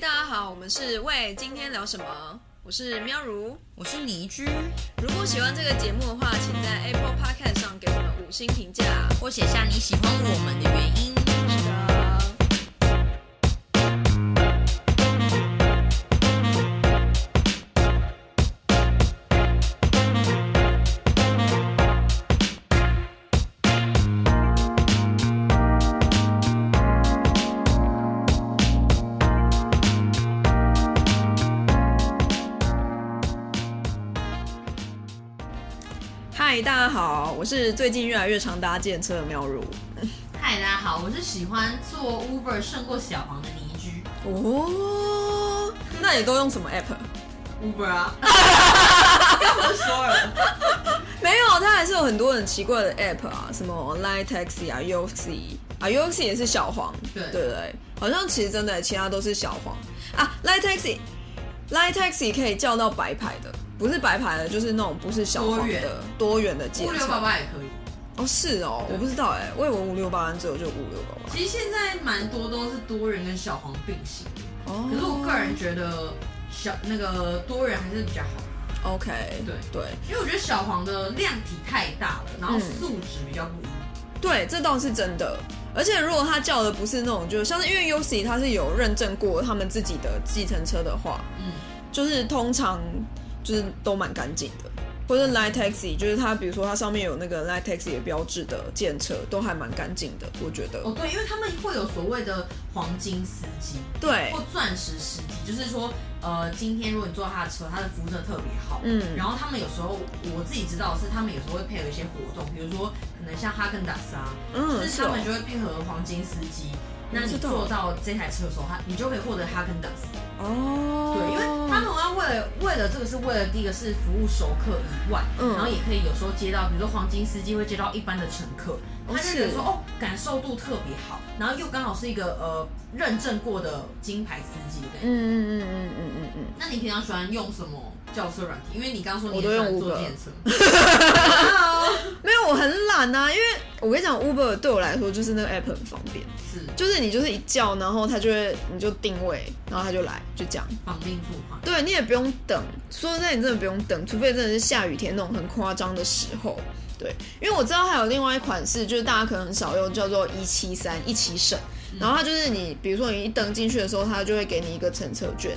大家好，我们是喂，今天聊什么？我是喵如。我是倪居，如果喜欢这个节目的话，请在 Apple Podcast 上给我们五星评价。我写下你喜欢我们的原因。是的。嗨，大家好，我是最近越来越常搭建车的喵如。嗨，大家好，我是喜欢做 Uber 胜过小黄的倪居。哦，那你都用什么 app？ Uber 啊，我说了， 没有，它还是有很多很奇怪的 app 啊，什么 Line Taxi 啊、Uxi 啊、Uxi 也是小黄，对对不对，好像其实真的其他都是小黄啊。Line Taxi Line Taxi 可以叫到白牌的，不是白牌的，就是那种不是小黄多元的多元的检物流宝测。宝也可以。哦，是哦，我不知道哎、我以为五六八完之后就五六八其实现在蛮多都是多人跟小黄并行的，哦，可是我个人觉得小那个多人还是比较好， OK 对对因为我觉得小黄的量体太大了，然后素质比较不一。对，这倒是真的。而且如果他叫的不是那种，就像是因为 U C 他是有认证过他们自己的计程车的话，嗯，就是通常就是都蛮干净的，或者 Light Taxi，就是它比如说它上面有那个 Light Taxi 的标志的建车，都还蛮干净的，我觉得。哦对，因为他们会有所谓的黄金司机，对或，钻石司机，就是说，呃，今天如果你坐他的车，他的服务真的特别好。嗯然后他们有时候我自己知道的是，他们有时候会配合一些活动，比如说可能像哈根达斯啊，就嗯，是是他哦们，就会配合黄金司机。那知你道坐到这台车的时候，他你就可以获得哈根达斯。哦，对，因为他们要为了为了这个是为了第一个是服务熟客以外，嗯然后也可以有时候接到，比如说黄金司机会接到一般的乘客，哦他就觉得是说哦感受度特别好，然后又刚好是一个呃认证过的金牌司机的感嗯觉。嗯嗯嗯嗯嗯那你平常喜欢用什么轿车软体？因为你刚刚说你我也都喜用欢坐 Uber 电车，嗯， 没有，我很懒啊，因为我跟你讲，Uber 对我来说就是那个 app 很方便，是就是你就是一叫，然后它就会你就定位，然后它就来，就这样。绑定付款。对你也不用等，说实在，你真的不用等，除非真的是下雨天那种很夸张的时候。对，因为我知道还有另外一款是，就是大家可能很少用，叫做一七三一起省，然后它就是你，比如说你一登进去的时候，它就会给你一个乘车券。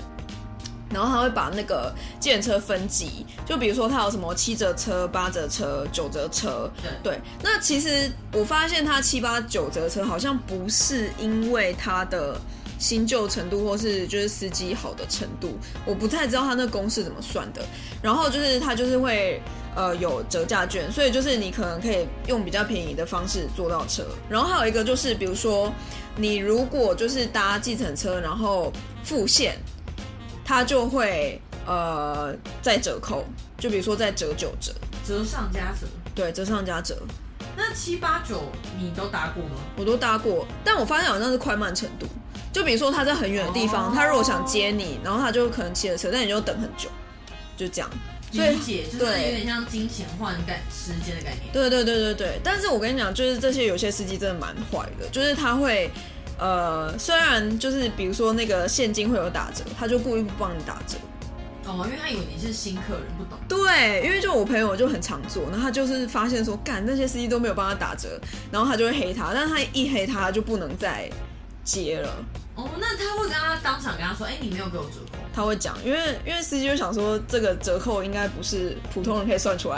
然后它会把那个建车分级，就比如说它有什么七折车、八折车、九折车，对，那其实我发现它七八九折车好像不是因为它的新旧程度，或是就是司机好的程度，我不太知道它那公式怎么算的。然后就是它就是会呃有折价券，所以就是你可能可以用比较便宜的方式坐到车。然后还有一个就是，比如说你如果就是搭计程车，然后付现，它就会呃再折扣，就比如说再折九折，折上加折。对，折上加折。那七八九你都搭过吗？我都搭过，但我发现好像是快慢程度。就比如说他在很远的地方，哦他如果想接你，然后他就可能骑着车，但你就等很久，就这样。所以理解就是有对点像金钱换感时间的概念。对对对对对，但是我跟你讲，就是这些有些司机真的蛮坏的，就是他会，呃，虽然就是比如说那个现金会有打折，他就故意不帮你打折。哦，因为他以为你是新客人，不懂。对，因为就我朋友就很常做，然后他就是发现说，干那些司机都没有帮他打折，然后他就会黑他，但是他一黑他，他就不能再接了。哦，那他会跟他当场跟他说，哎、你没有给我折扣。他会讲，因为因为司机就想说这个折扣应该不是普通人可以算出来，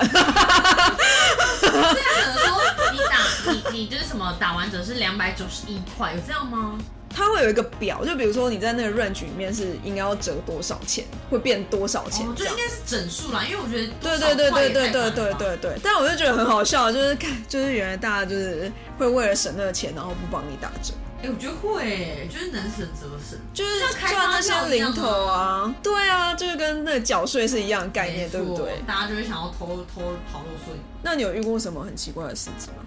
对啊，可能说你打你你就是什么打完折是两百九十一块，有这样吗？ 他会有一个表，就比如说你在那个 range 里面是应该要折多少钱，会变多少钱哦，就这样应。该是整数啦，因为我觉得对多对少对块对也对对太烦了对吧对对，但我就觉得很好笑，就是看就是原来大家就是会为了省那个钱，然后不帮你打折，哎、我觉得会，就是能省则省。就是像开赚发那票些一样零头啊，对啊，就是跟那个缴税是一样的概念，没对不错对？大家就会想要偷偷逃漏税。那你有遇过什么很奇怪的事情吗？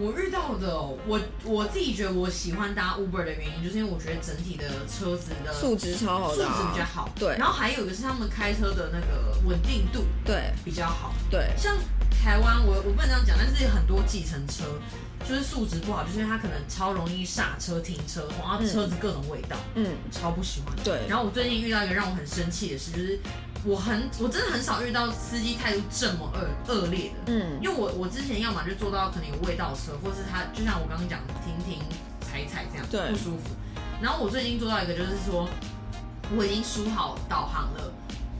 我遇到的哦，我我自己觉得我喜欢搭 Uber 的原因，就是因为我觉得整体的车子的素质超好呃素质的、啊，比较好，对然后还有一个是他们开车的那个稳定度对比较好，对，像台湾，我我不能这样讲，但是很多计程车就是素质不好，就是因为它可能超容易刹车、停车，然后车子各种味道，嗯，超不喜欢。对然后我最近遇到一个让我很生气的事，就是我很我真的很少遇到司机态度这么恶恶劣的，嗯因为我我之前要么就坐到可能有味道的车，或是他就像我刚刚讲停停踩踩这样，对不舒服。然后我最近做到一个就是说，我已经输好导航了，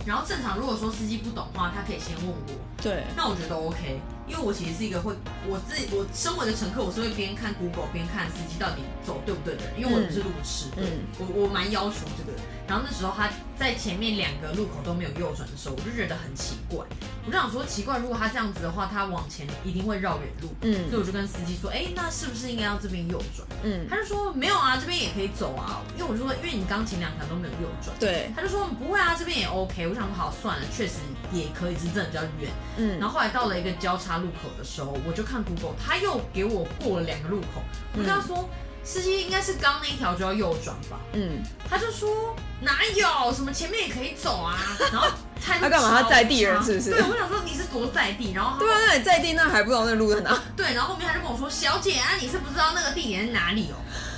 然后正常如果说司机不懂话，他可以先问我，对，那我觉得 OK，因为我其实是一个会我自己我身为一个乘客，我是会边看 Google 边看司机到底走对不对的人，因为我不是路痴，嗯对我我蛮要求这个人。然后那时候他在前面两个路口都没有右转的时候，我就觉得很奇怪，我就想说奇怪，如果他这样子的话，他往前一定会绕远路，所以嗯我就跟司机说，哎，那是不是应该要这边右转？嗯，他就说没有啊，这边也可以走啊，因为我就说，因为你刚前两条都没有右转。对，他就说不会啊，这边也 OK。我想说好算了，确实也可以，只是真的比较远。嗯然后后来到了一个交叉路口的时候，我就看 Google，他又给我过了两个路口，我就跟他说、司机应该是刚那一条就要右转吧，嗯，他就说哪有什么前面也可以走啊，然后他 他干嘛他在地人是不是对，我想说你是多在地，然后对啊，那你在地那还不知道那路在哪？对，然后后面他就跟我说：“小姐啊，你是不知道那个地点在哪里哦。”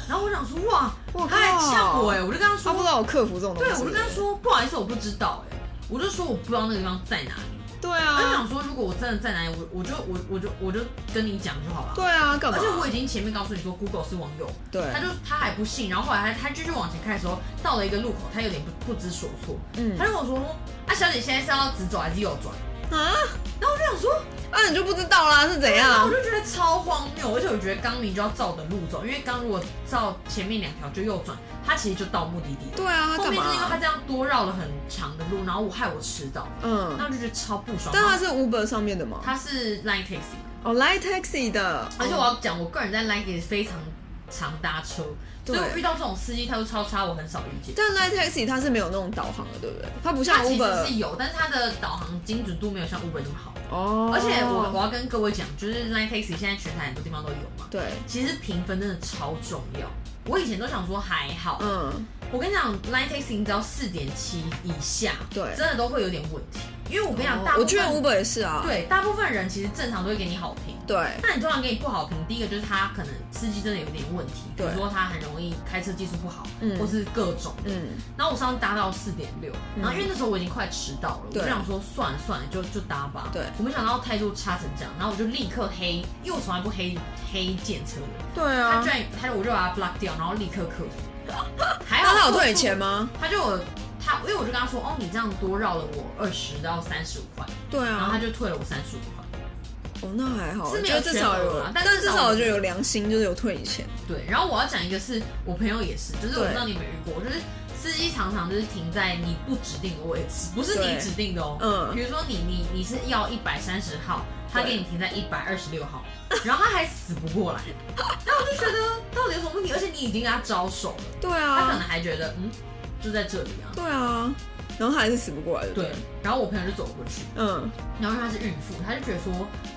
然后我想说：“哇，我他还靠呛我哎、我就跟他他说啊不知道我克服这种：“东对，西。我就跟他，说不好意思，我不知道哎、我就说我不知道那个地方在哪里。对我就啊，想说，如果我真的在哪里，我我就我我就我就跟你讲就好了。对啊，干嘛而？且我已经前面告诉你说 Google 是往右，对，他就他还不信，然后后来他他继续往前开的时候，到了一个路口，他有点不不知所措，嗯他就跟我说：“啊，小姐现在是要直走还是右转啊，？”然后我就想说。啊你就不知道啦，是怎然后样我？就觉得超荒谬，而且我觉得刚你就要照的路走，因为刚如果照前面两条就右转，它其实就到目的地了。对啊，他后干面就是因为他嘛？这样多绕了很长的路，然后我害我迟到，嗯，那我就觉得超不爽。但他是 Uber 上面的吗？他是 Line Taxi，哦，Line Taxi 的，哦而且我要讲，我个人在 Line 也非常常搭车，所以我对遇到这种司机态度超差，我很少遇见。但 Line Taxi 它是没有那种导航的，对不对？它不像它其实是 Uber 有，但是它的导航精准度没有像 Uber 这么好。哦，而且我我要跟各位讲，就是 Line Taxi 现在全台很多地方都有嘛，对，其实评分真的超重要。我以前都想说还好，嗯，我跟你讲，Line Taxi 只要四点七以下，对哦真的都会有点问题。因为我跟你讲，大我部觉得分 Uber 也是啊，对大部分人其实正常都会给你好评。对那你通常给你不好评，第一个就是他可能司机真的有点问题，比如对说他很容易开车技术不好，嗯或是各种。嗯，然后我上次搭到四点六，然后因为那时候我已经快迟到了，我就对想说算了算了，就就搭吧。对我没想到态度差成这样，然后我就立刻黑，因为我从来不黑黑建车人。对他啊居。然他就我就把他 block 掉，然后立刻客 服。还好那他有客服退你钱？吗？他就有他，因为我就跟他说，哦，你这样多绕了我二十到三十五块，对然后他啊，就退了我三十五块。哦，那还好，是我没觉有得至少全额有啦，但但至至少少我我觉得有良心，就是有退你钱。对，然后我要讲一个是我朋友也是，就是我对不知道你们有没有遇过，就是司机常常就是停在你不指定的位置，不是对你指定的哦。嗯比如说你你你是要一百三十号，他对给你停在一百二十六号，然后他还死不过来， 那我就觉得到底有什么问题？而且你已经跟他招手了。对他可能啊，还觉得嗯，就在这里啊。对啊，然后他还是死不过来的。对，，然后我朋友就走过去，嗯，然后因为她是孕妇，她就觉得说，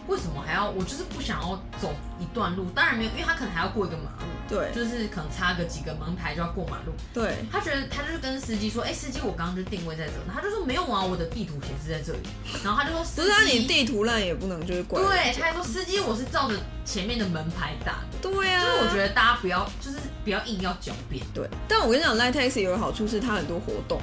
为什么还要我就是不想要走一段路，当然没有，因为她可能还要过一个马路，对就是可能插个几个门牌就要过马路。对，她觉得，她就是跟司机说，哎、司机，我刚刚就定位在这，他就说没有啊，我的地图显示在这里，然后他就说，不司是啊，机你，地图烂也不能就是怪我。对，他还说司机，我是照着前面的门牌打的，对啊，就是我觉得大家不要，就是不要硬要狡辩，对，但我跟你讲，Line Taxi 有个好处是它很多活动，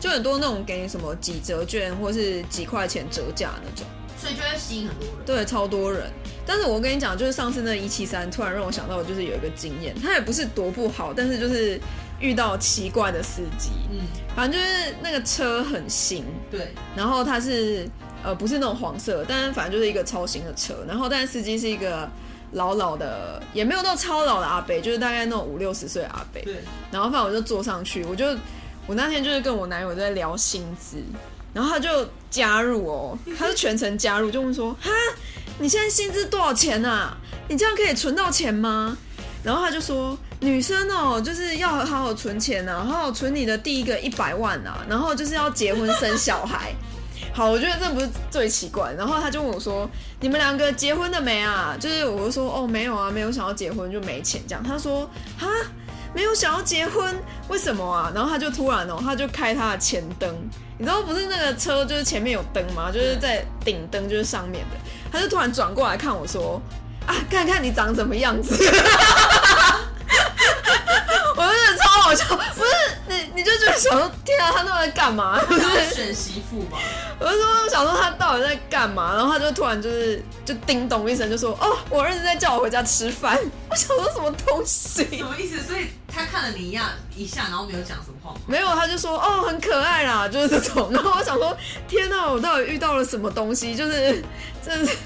就很多那种给你什么几折券或是几块钱折价那种，所以就会吸引很多人。对，超多人。但是我跟你讲，就是上次那一七三，突然让我想到，我就是有一个经验，它也不是多不好，但是就是遇到奇怪的司机，嗯，反正就是那个车很新，对，然后它是呃不是那种黄色，但是反正就是一个超新的车，然后但是司机是一个老老的，也没有到超老的阿伯，就是大概那种五六十岁的阿伯， 对，然后反正我就坐上去，我就我那天就是跟我男友在聊薪资，然后他就加入哦，他就全程加入，就问说哈，你现在薪资多少钱啊？你这样可以存到钱吗？然后他就说女生哦，就是要好好存钱啊，好好存你的第一个一百万啊，然后就是要结婚生小孩。好，我觉得这不是最奇怪。然后他就问我说：“你们两个结婚了没啊？”就是我就说：“哦，没有啊，没有想要结婚，就没钱这样。”他说：“哈，没有想要结婚，为什么啊？”然后他就突然哦，他就开他的前灯，你知道不是那个车就是前面有灯吗？就是在顶灯，就是上面的。他就突然转过来看我说：“啊，看看你长什么样子。” 我就觉得超好笑，不是你你就觉得想说，天啊，他都在干嘛？他要选媳妇吧？我就说我想说他到底在干嘛，然后他就突然就是就叮咚一声就说：“哦，我儿子在叫我回家吃饭。” 我想说什么东西什？么意思？所以他看了你一样一下，然后没有讲什么话吗？没有，他就说哦很可爱啦，就是这种。然后我想说，天哪，我到底遇到了什么东西？就是，真的是，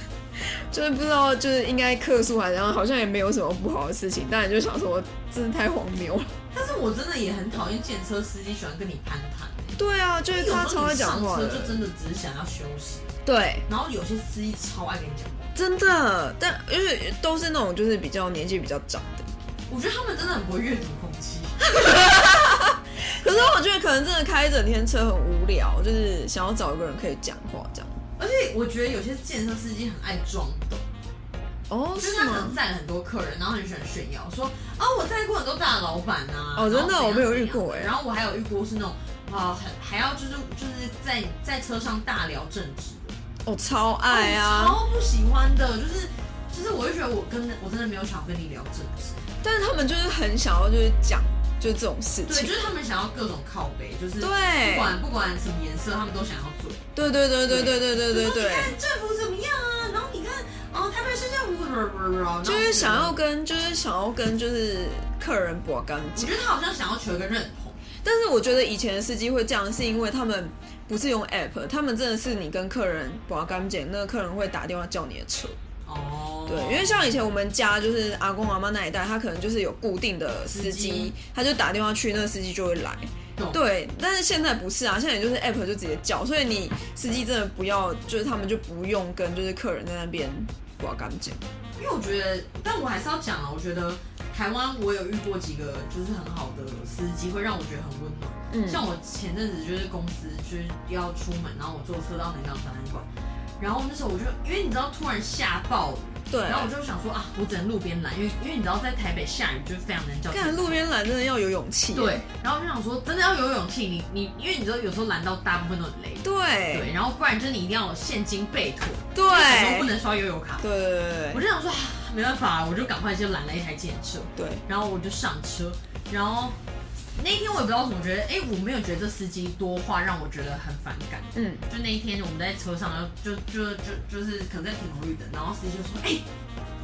就是不知道，就是应该客诉还是怎样，好像也没有什么不好的事情。但你就想说，真的太荒谬了。但是我真的也很讨厌见车司机喜欢跟你攀谈、欸。对啊，就是他超爱讲话的，有时候你上车就真的只是想要休息。对，然后有些司机超爱跟你讲话，真的。但因为都是那种就是比较年纪比较长的，我觉得他们真的很不会阅读空气。可是我觉得可能真的开一整天车很无聊，就是想要找一个人可以讲话这样。而且我觉得有些健身司机很爱装懂，哦，就是是他可吗能？载了很多客人，然后很喜欢炫耀，说啊我载过很多大老板啊。哦真的然后怎样我没有遇过怎样欸然后我还有遇过是那种啊很还要就是就是在在车上大聊政治的，我、超爱啊！我超不喜欢的，就是就是我就觉得我跟我真的没有想要跟你聊政治，但是他们就是很想要就是讲就是这种事对，情就，是他们想要各种靠背，就是对不管不管什么颜色，他们都想要做。对对对对对对对对就说对你，看政府怎么样啊？然后你看，哦，台北市政府，就是想要。跟就是想要跟就是客人博干我净。觉得他好像想要求一个认同，但是我觉得以前的司机会这样，是因为他们不是用 app，他们真的是你跟客人博干净，那个客人会打电话叫你的车。哦，对，因为像以前我们家就是阿公阿妈那一代，他可能就是有固定的司司机机，嗯他就打电话去，那个司机就会来。懂对，但是现在不是啊，现在也就是 app 就直接叫，所以你司机真的不要，就是他们就不用跟就是客人在那边刮干净。因为我觉得，但我还是要讲啊，我觉得台湾我有遇过几个就是很好的司机，会让我觉得很温暖。嗯像我前阵子就是公司就是要出门，然后我坐车到南港展览馆，然后那时候我就因为你知道突然下暴雨，对，然后我就想说啊，我只能路边拦，因为因为你知道在台北下雨就非常难叫计程看车。路边拦真的要有勇气。对，然后我就想说，真的要有勇气，你你，因为你知道有时候拦到大部分都很累，对对，然后不然就是你一定要有现金备妥，对有时候不能刷悠游卡对，对我就想说啊没办法，我就赶快就拦了一台电车，对然后我就上车，然后那一天我也不知道怎么觉得，哎，我没有觉得这司机多话让我觉得很反感，嗯，就那一天我们在车上，然后就就就就是可能在停红绿灯，然后司机就说：“哎、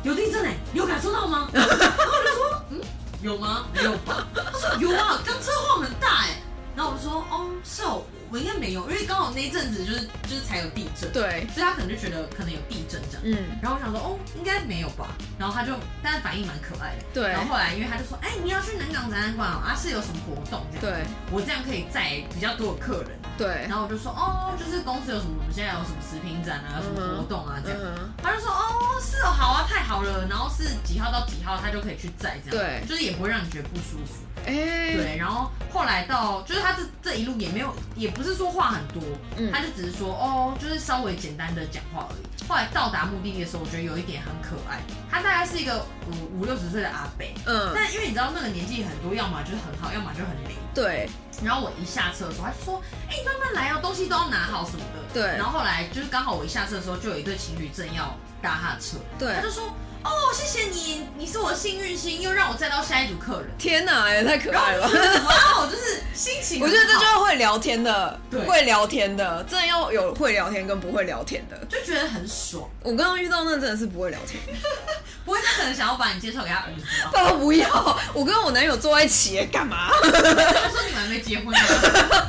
有订正哎，有感受 到吗？”然后我就说：“嗯，有吗？没有吧？”他说：“有啊，刚车晃很大哎。”然后我就说：“哦，是哦，我应该没有，因为刚好那一阵子就是就是才有地震，，对，所以他可能就觉得可能有地震这样。”嗯，然后我想说，哦，应该没有吧。然后他就，但是反应蛮可爱的。对然后后来，因为他就说，哎、你要去南港展览馆哦啊，是有什么活动这样？对我这样可以载比较多的客人。对然，后我就说哦，就是公司有什么，我们现在有什么食品展啊，有什么活动啊这样。嗯，他就说哦，是哦，好啊，太好了。然后是几号到几号，他就可以去载这样，对就是也不会让你觉得不舒服。哎，对，然后后来到就是他这这一路也没有，也不是说话很多，嗯他就只是说哦，就是稍微简单的讲话而已。后来到达目的地的时候，我觉得有一点很可爱，他大概是一个五五六十岁的阿伯，嗯，但因为你知道那个年纪很多，要么就是很好，要么就很累。对然后我一下车的时候，他就说：“哎、慢慢来哦，东西都要拿好什么的。”对然后后来就是刚好我一下车的时候，就有一对情侣正要搭他的车，对他就说：“哦，谢谢你，你是我的幸运星，又让我载到下一组客人。天哪，哎也太可然后爱我了就。觉得哇哦，就是心情我很好。觉得这就是会聊天的对，会聊天的，真的要有会聊天跟不会聊天的。就觉得很爽，我刚刚遇到那真的是不会聊天，不会他可能想要把你介绍给他儿子 吧？爸爸不要，我跟我男友坐在一起干嘛？ 他说你们还没结婚呢，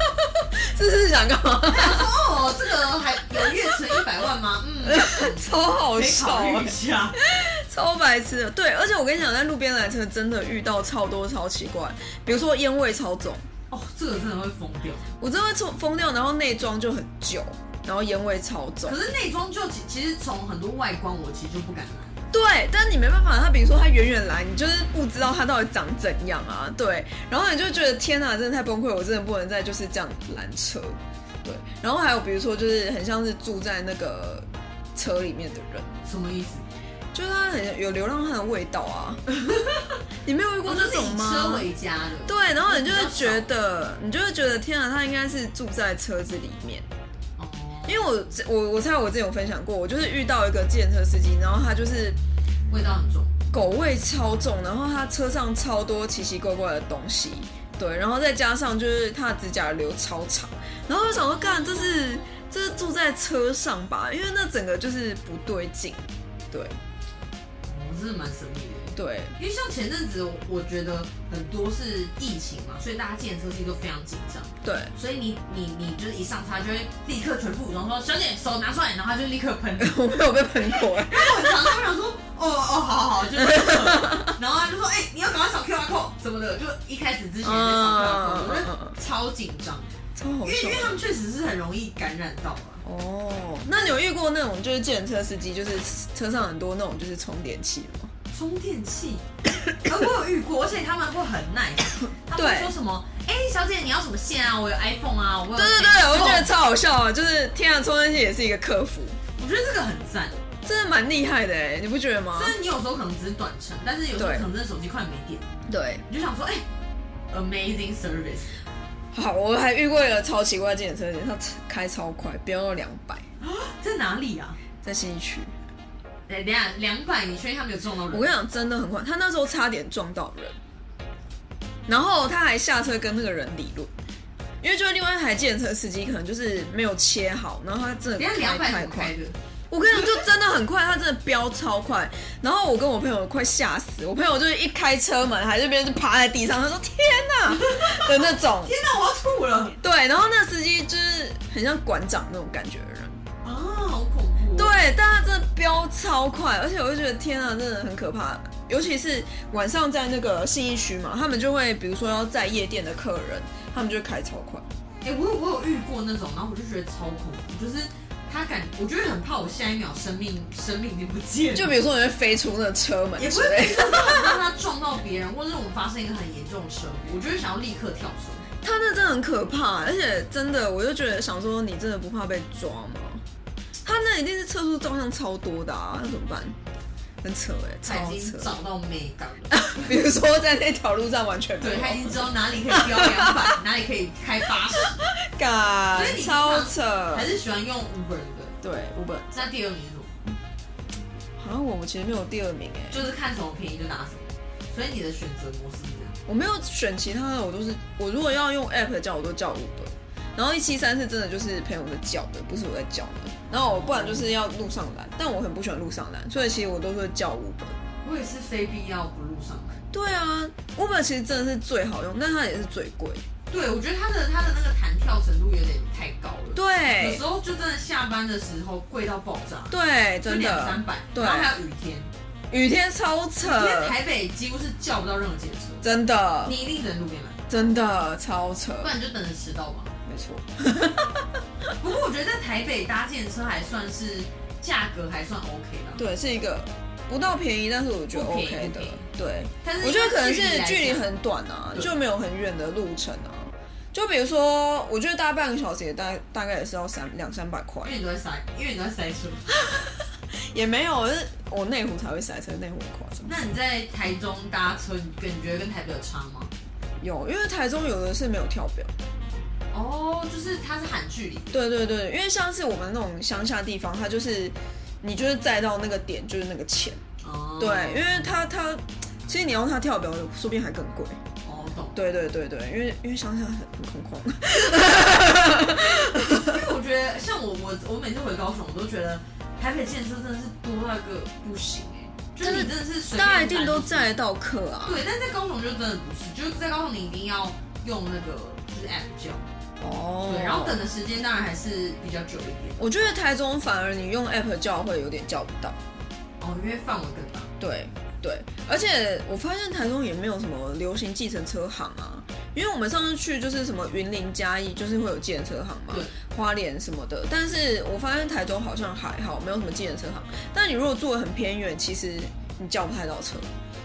这是想干嘛？他说哦，这个还有月存一百万 吗？嗯，超好可以笑考啊虑一，下。超白痴的。对，而且我跟你讲，在路边拦车真的遇到超多超奇怪，比如说烟味超重，哦，这个真的会疯掉。我真的会冲疯掉，然后内装就很旧，然后烟味超重可。是内装就其其实从很多外观，我其实就不敢来。对，但你没办法，他比如说他远远来，你就是不知道他到底长怎样啊，对，然后你就觉得天哪，真的太崩溃，我真的不能再就是这样拦车，对，然后还有比如说就是很像是住在那个车里面的人，什么意思？就是他很有流浪汉的味道 啊，你没有遇过我哦这就是种以车吗？为家的。对，然后你就会比较少觉得，你就会觉得天啊，他应该是住在车子里面，哦，因为我我我猜我之前有分享过，我就是遇到一个计程车司机，然后他就是味道很重，狗味超重，然后他车上超多奇奇怪怪的东西，对，然后再加上就是他的指甲留超长，然后我想说，干，这是这是住在车上吧？因为那整个就是不对劲，对我真的蛮神秘的。对，因为像前阵子，我我觉得很多是疫情嘛，所以大家见车司机都非常紧张，对， 所以你你你就是一上车，他就会立刻全副武装说：“小姐，手拿出来！”然后他就立刻 喷。我没有被喷过，哎然后我常常想说：“哦哦，好好，就是。”然后他就说：“哎、你要赶快扫 QR code 什么的。”就一开始之前在扫 QR code，我觉得超紧张，超好因为笑因。为他们确实是很容易感染到啊。哦，那你有遇过那种就是计程车司机，就是车上很多那种就是充电器吗？充电器，呃我有遇过，而且他们会很 nice，他们会说什么？哎、小姐，你要什么线啊？我有 iPhone 啊，我有。对对对，我觉得超好笑啊！就是天然充电器也是一个客服，我觉得啊这个很赞。真的蛮厉害的哎，你不觉得吗虽？然你有时候可能只是短程，但是有时候对可能真的手机快没电，对，你就想说，哎、a m a z i n g service，好，我还遇过一个超奇怪的计程车司机，他开超快，飙到两百，在哪里啊？在新一区。哎等等一下，两百，你确定他没有撞到我人？跟你讲，真的很快，他那时候差点撞到人，然后他还下车跟那个人理论，因为就是另外一台计程车司机可能就是没有切好，然后他真的等一下开两百太怎么快开。的？我跟你讲，就真的很快，它真的飙超快。然后我跟我朋友快吓死，我朋友就是一开车门，还这边就趴在地上，他说天哪的那种。天哪，我要吐了！对，然后那司机就是很像馆长那种感觉的人。啊，好恐怖、哦。对，但他真的飙超快，而且我就觉得天啊，真的很可怕。尤其是晚上在那个信义区嘛，他们就会比如说要在夜店的客人，他们就会开超快。哎、我有我有遇过那种，然后我就觉得超恐怖，就是他感，我觉得很怕我下一秒生命生命已经不见了，就比如说你会飞出那个车 门也之不会类的。让他撞到别人，或者是我们发生一个很严重的车祸，我就会想要立刻跳车。他那真的很可怕，而且真的，我就觉得想说，你真的不怕被抓吗？他那一定是测速照相超多的啊，那怎么办？很扯哎、他超已经扯。找到美感了， 比如说在那条路上完全没对他已有，经知道哪里可以飙两百，哪里可以开八 十，干所以你超还扯。是喜欢用 Uber 对不对对？，Uber，那第二名是什么？好像我们其实没有第二名哎、就是看什么便宜就拿什么，所以你的选择模式是这样。我没有选其他的，我都是我如果要用 App 叫，我都叫 Uber。然后一七三是真的就是朋友在叫的，不是我在叫的。然后我不然就是要路上拦，但我很不喜欢路上拦，所以其实我都是叫 Uber。我也是非必要不路上来。对啊，Uber 其实真的是最好用，但它也是最贵。对，我觉得他的他的那个弹跳程度有点太高了。有对时候就真的下班的时候贵到爆炸，对，就真两三的，百，对呃然后还有雨天，雨天超扯因，为台北几乎是叫不到任何检车，真的你一定只能路边来，真的超扯，不然你就等着迟到嘛。没错。呃不过我觉得在台北搭建车还算是价格还算 OK 吧，对，是一个不到便宜，但是我觉得不便宜 OK 不的便宜。对，但是我觉得可能是来距离讲很短啊，对就没有很远的路程啊。就比如说，我觉得搭半个小时也大大概也是要三两三百块因，为你都在塞，因为你都在塞车。 也没有，是我内湖才会塞车，内湖很夸张。那你在台中搭车，你跟你觉得跟台北有差吗？有，因为台中有的是没有跳表。哦，就是它是喊距离，对对对，因为像是我们那种乡下地方，它就是你就是载到那个点就是那个钱，哦，对，因为它它其实你用它跳表，说不定还更贵。哦，我懂。对对对对，因为因为乡下很很空旷，因为我觉得像我我我每次回高雄，我都觉得台北建设真的是多到一个不行哎、就是你真的是随便大家一定都拦载得到客啊。对，但在高雄就真的不是，就是在高雄你一定要用那个就是 app 叫，哦对，然后等的时间当然还是比较久一点我觉得台中反而你用 app 叫会有点叫不到，哦，因为范围更大。对对，而且我发现台中也没有什么流行计程车行啊，因为我们上次去就是什么云林嘉义，就是会有计程车行嘛对，花莲什么的，但是我发现台中好像还好，没有什么计程车行。但你如果住的很偏远，其实你叫不太到车，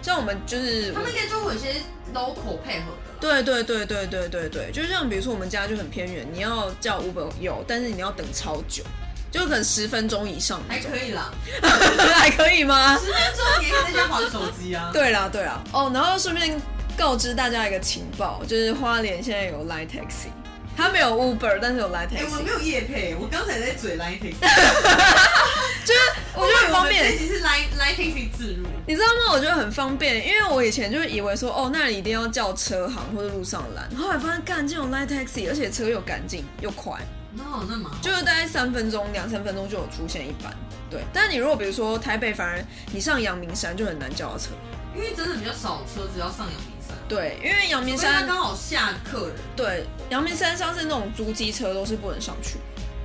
像我们就是他们应该就会有一些 local 配合的啦。对对对对对对对，就像比如说我们家就很偏远，你要叫 Uber 有，但是你要等超久，就可能十分钟以上那还种，可以啦， 还可以吗？ 十分钟也可以在家玩手机 啊。对啦对啦，哦，然后顺便告知大家一个情报，就是花莲现在有 Line Taxi，他没有 Uber，但是有 Line 哎、我 Taxi，没有夜配，我刚才在嘴 Line Taxi，就是我觉得很方 因为我们便这。集是 Line Line Taxi 自入，你知道吗？我觉得很方便，因为我以前就是以为说，哦，那里一定要叫车行或者路上拦，后来发现干这种 Line Taxi，而且车又干净又快，那好那蛮好。就是大概三分钟、两三分钟就有出现一班。对，但你如果比如说台北，反而你上阳明山就很难叫到车。因为真的比较少车子要上阳明山，对，因为阳明因为他山刚好下客人。对阳明山上次那种租机车都是不能上去。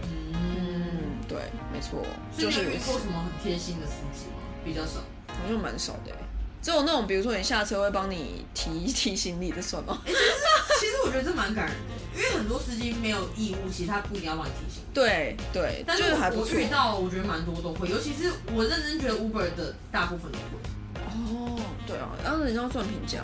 嗯，嗯，对，没错，所以就你是有如遇此过。什么很贴心的司机吗？比较少。好像蛮少的欸，只有那种比如说你下车会帮你提提行李，这算 吗？其实我觉得这蛮感人的，因为很多司机没有义务，其实他不一定要帮你提醒。对对，但就是还不我错遇到，我觉得蛮多都会，尤其是我认真觉得 Uber 的大部分都会。哦，对啊，然后人家要赚评价，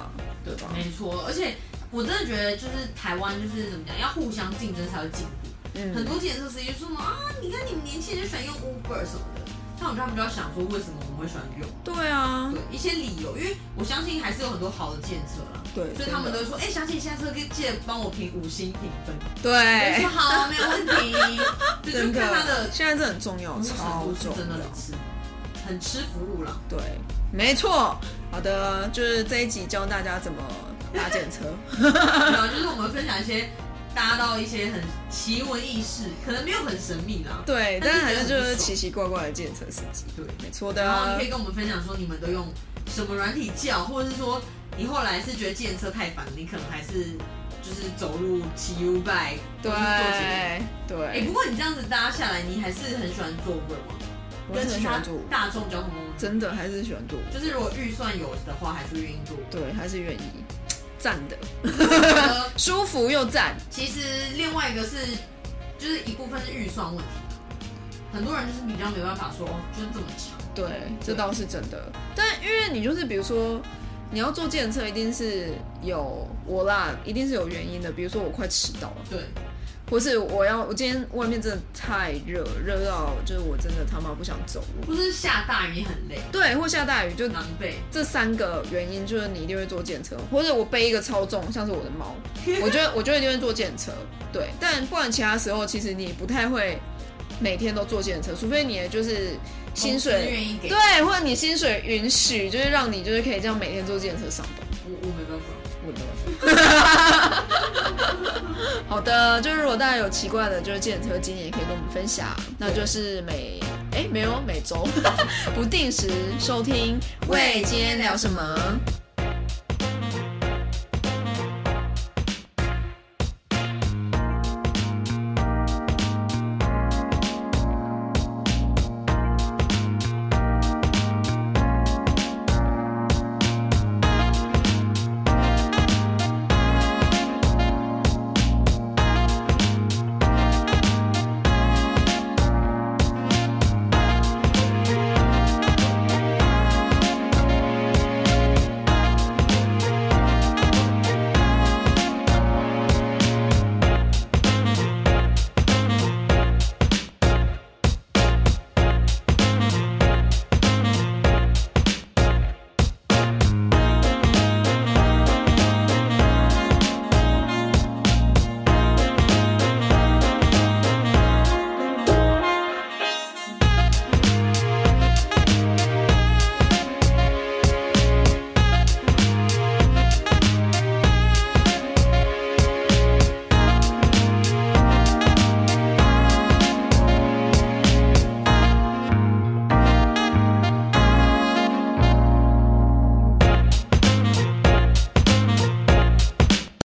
对吧？没错，而且我真的觉得就是台湾就是怎么讲，要互相竞争才会进步。很嗯，多检测司机就说什么啊，你看你们年轻人喜欢用 Uber 什么的，像我觉得他们就要想说为什么我们会喜欢用，对啊，对一些理由，因为我相信还是有很多好的检测啦。对，所以他们都会说，哎、小姐下车可以记得帮我评五星评分。真的我对说，好，没有问 题。对，哎真就看他的的，现在这很重要，超重程度是真的要很，吃，很吃服务啦。对，没错。好的，就是这一集教大家怎么搭检 车，然后啊就是我们分享一些搭到一些很奇闻异事，可能没有很神秘啦。对，但但是是还是就是很不奇奇怪怪的检车司机，对。没错 的然后啊你可。以跟我们分享说你们都用什么软体叫，或者是说你后来是觉得计程车太烦，你可能还是就是走路骑 U bike，对或是坐捷运对，哎、不过你这样子搭下来，你还是很喜欢坐 Uber 吗？我跟很其喜他欢住，大众交通工具，真的还是喜欢住，就是如果预算有的话，还是愿意 坐 Uber。对，还是愿意，赞的，呃舒服又赞，其实另外一个是，就是一部分是预算问题，很多人就是比较没办法说，就是这么长。对，这倒是真的。但因为你就是比如说你要做检测，一定是有我啦，一定是有原因的，比如说我快迟到了，对，或是我要我今天外面真的太热，热到就是我真的他妈不想走路，或是下大雨很累，对，或下大雨就。狼狈。这三个原因就是你一定会做检测，或者我背一个超重，像是我的猫， 我觉得我觉得一定会做检测，对。但不然其他时候其实你不太会每天都做检测，除非你的就是薪公司水哦愿意给，对，或者你薪水允许，就是让你就是可以这样每天坐电车上班。我我没办法。我的， 好的，就是如果大家有奇怪的，就是电车经验也可以跟我们分享。那就是每 哎没有每周不定时收听，喂，今天聊什么？